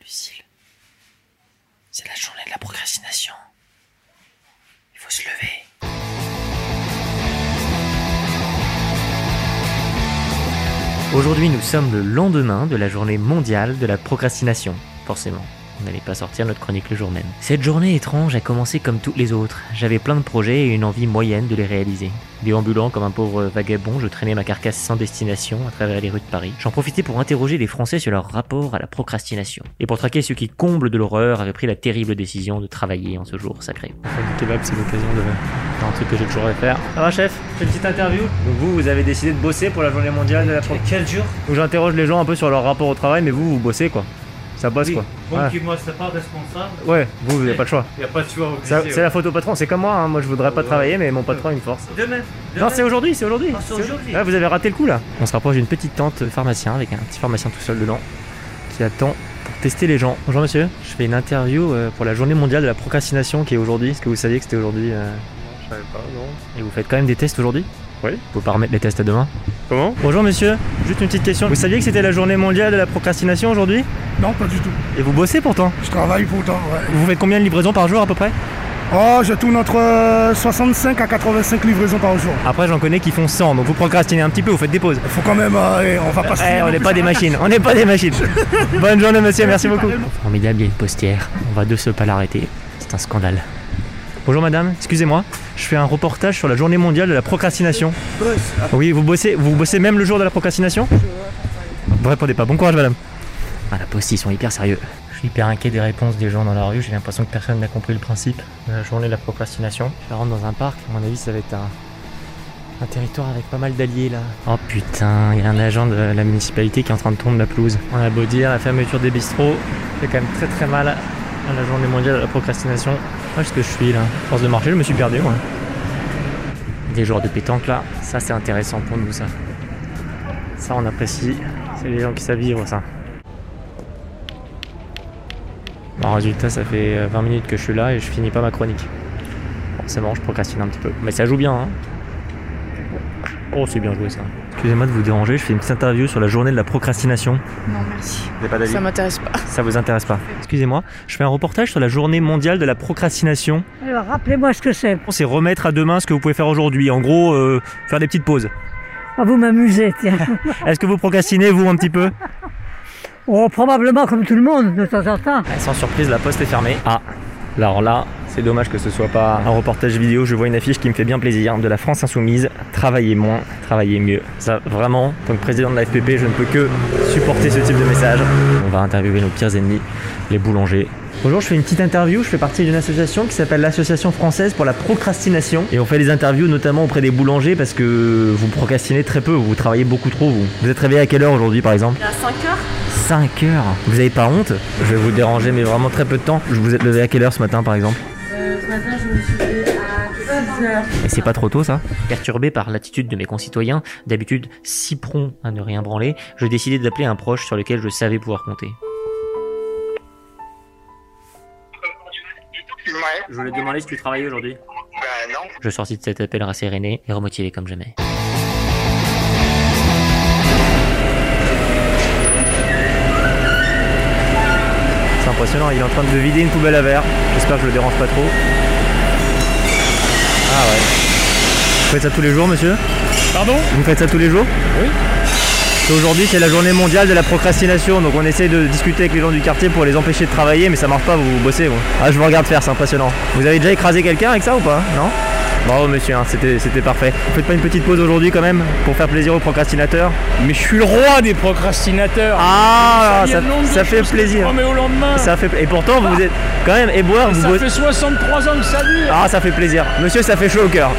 Lucille, c'est la journée de la procrastination. Il faut se lever. Aujourd'hui, nous sommes le lendemain de la journée mondiale de la procrastination, forcément. On n'allait pas sortir notre chronique le jour même. Cette journée étrange a commencé comme toutes les autres. J'avais plein de projets et une envie moyenne de les réaliser. Déambulant comme un pauvre vagabond, je traînais ma carcasse sans destination à travers les rues de Paris. J'en profitais pour interroger les Français sur leur rapport à la procrastination. Et pour traquer ceux qui, comble de l'horreur, avaient pris la terrible décision de travailler en ce jour sacré. Enfin, du kebab, c'est l'occasion de faire un truc que j'ai toujours à faire. Ça va, chef Une petite interview Donc, vous, vous avez décidé de bosser pour la journée mondiale de la pro. Quel jour Donc, j'interroge les gens un peu sur leur rapport au travail, mais vous, vous bossez quoi. Ça bosse Oui. quoi. Bon, Ouais. qui moi, c'est pas responsable. Ouais, vous, vous n'avez pas le choix. Il n'y a pas de choix obligé. Ça- C'est la faute au patron, c'est comme moi, hein. moi je voudrais pas Ouais. travailler, mais mon patron il me force. Demain. Non, demain. c'est aujourd'hui, c'est aujourd'hui. Ah, c'est aujourd'hui. Ah, vous avez raté le coup là. On se rapproche d'une petite tente pharmacien avec un petit pharmacien tout seul dedans qui attend pour tester les gens. Bonjour monsieur, je fais une interview euh, pour la journée mondiale de la procrastination qui est aujourd'hui. Est-ce que vous saviez que c'était aujourd'hui euh, Je savais pas, non. Et vous faites quand même des tests aujourd'hui Oui. Vous pouvez pas remettre les tests à demain Comment Bonjour monsieur, juste une petite question. Vous saviez que c'était la journée mondiale de la procrastination aujourd'hui Non, pas du tout. Et vous bossez pourtant Je travaille pourtant. Ouais. Vous faites combien de livraisons par jour à peu près Oh, je tourne entre euh, 65 à 85 livraisons par jour. Après j'en connais qui font 100, donc vous procrastinez un petit peu, vous faites des pauses. Il faut quand même. euh, eh, on va pas se Eh, fier on non n'est plus. pas des machines, on n'est pas des machines. Bonne journée, monsieur, merci, beaucoup. Formidable, il y a une postière. On va de ce pas l'arrêter. C'est un scandale. Bonjour madame, excusez-moi, je fais un reportage sur la journée mondiale de la procrastination. Oui, vous bossez, vous bossez même le jour de la procrastination Vous répondez pas, bon courage madame. Ah la poste, ils sont hyper sérieux. Je suis hyper inquiet des réponses des gens dans la rue, j'ai l'impression que personne n'a compris le principe de la journée de la procrastination. Je rentre dans un parc, à mon avis ça va être un, un territoire avec pas mal d'alliés là. Oh putain, il y a un agent de la municipalité qui est en train de tomber la pelouse. On a beau dire, la fermeture des bistrots fait quand même très très mal à la journée mondiale de la procrastination. Où est-ce que je suis là À Force de marcher, je me suis perdu moi. Des joueurs de pétanque là, ça c'est intéressant pour nous ça. Ça on apprécie, c'est les gens qui savent vivre ça. Bon, résultat, ça fait euh, 20 minutes que je suis là et je finis pas ma chronique. Forcément, je procrastine un petit peu. Mais ça joue bien, hein Oh, c'est bien joué ça. Excusez-moi de vous déranger, je fais une petite interview sur la journée de la procrastination. Non, merci. Vous pas Ça m'intéresse pas. Ça vous intéresse pas Excusez-moi, je fais un reportage sur la journée mondiale de la procrastination. Alors rappelez-moi ce que c'est. C'est remettre à demain ce que vous pouvez faire aujourd'hui. En gros, euh, faire des petites pauses. Ah, vous m'amusez, tiens. Est-ce que vous procrastinez, vous, un petit peu Oh, probablement comme tout le monde, de temps en temps. Ouais, Ah, Sans surprise, la poste est fermée. Ah, alors là, c'est dommage que ce soit pas un reportage vidéo. Je vois une affiche qui me fait bien plaisir de la France Insoumise. Travaillez moins, travaillez mieux. Ça, vraiment, en tant que président de la FPP, je ne peux que supporter ce type de message. On va interviewer nos pires ennemis, les boulangers. Bonjour, je fais une petite interview. Je fais partie d'une association qui s'appelle l'Association française pour la procrastination. Et on fait des interviews notamment auprès des boulangers parce que vous procrastinez très peu, vous travaillez beaucoup trop, vous. Vous êtes réveillé à quelle heure aujourd'hui, par exemple À 5 heures 5 heures Vous avez pas honte Je vais vous déranger mais vraiment très peu de temps. Je vous êtes levé à quelle heure ce matin par exemple Euh, Ce matin, je me suis levée à 16 heures. Et c'est pas trop tôt ça Perturbé par l'attitude de mes concitoyens, d'habitude si prompt à ne rien branler, je décidai d'appeler un proche sur lequel je savais pouvoir compter. Ouais, Je voulais te demander si tu travaillais aujourd'hui. bah non. Je sortis de cet appel rasséréné et remotivé comme jamais. C'est impressionnant, il est en train de vider une poubelle à verre. J'espère que je le dérange pas trop. Ah ouais. Vous faites ça tous les jours monsieur Pardon Vous faites ça tous les jours Oui. Aujourd'hui c'est la journée mondiale de la procrastination, donc on essaie de discuter avec les gens du quartier pour les empêcher de travailler, mais ça marche pas, vous, vous bossez. vous. Ah je vous regarde faire, c'est impressionnant. Vous avez déjà écrasé quelqu'un avec ça ou pas Non Bravo monsieur, hein, c'était c'était parfait. Vous faites pas une petite pause aujourd'hui quand même pour faire plaisir aux procrastinateurs Mais je suis le roi des procrastinateurs. Ah Il y a ça, le nombre de ça fait choses que je plaisir. remets Oh, au lendemain. Ça, Ça fait et pourtant vous êtes quand même éboueur, vous bossez. fait 63 ans que ça dure. Ah ça fait plaisir. Monsieur ça fait chaud au cœur.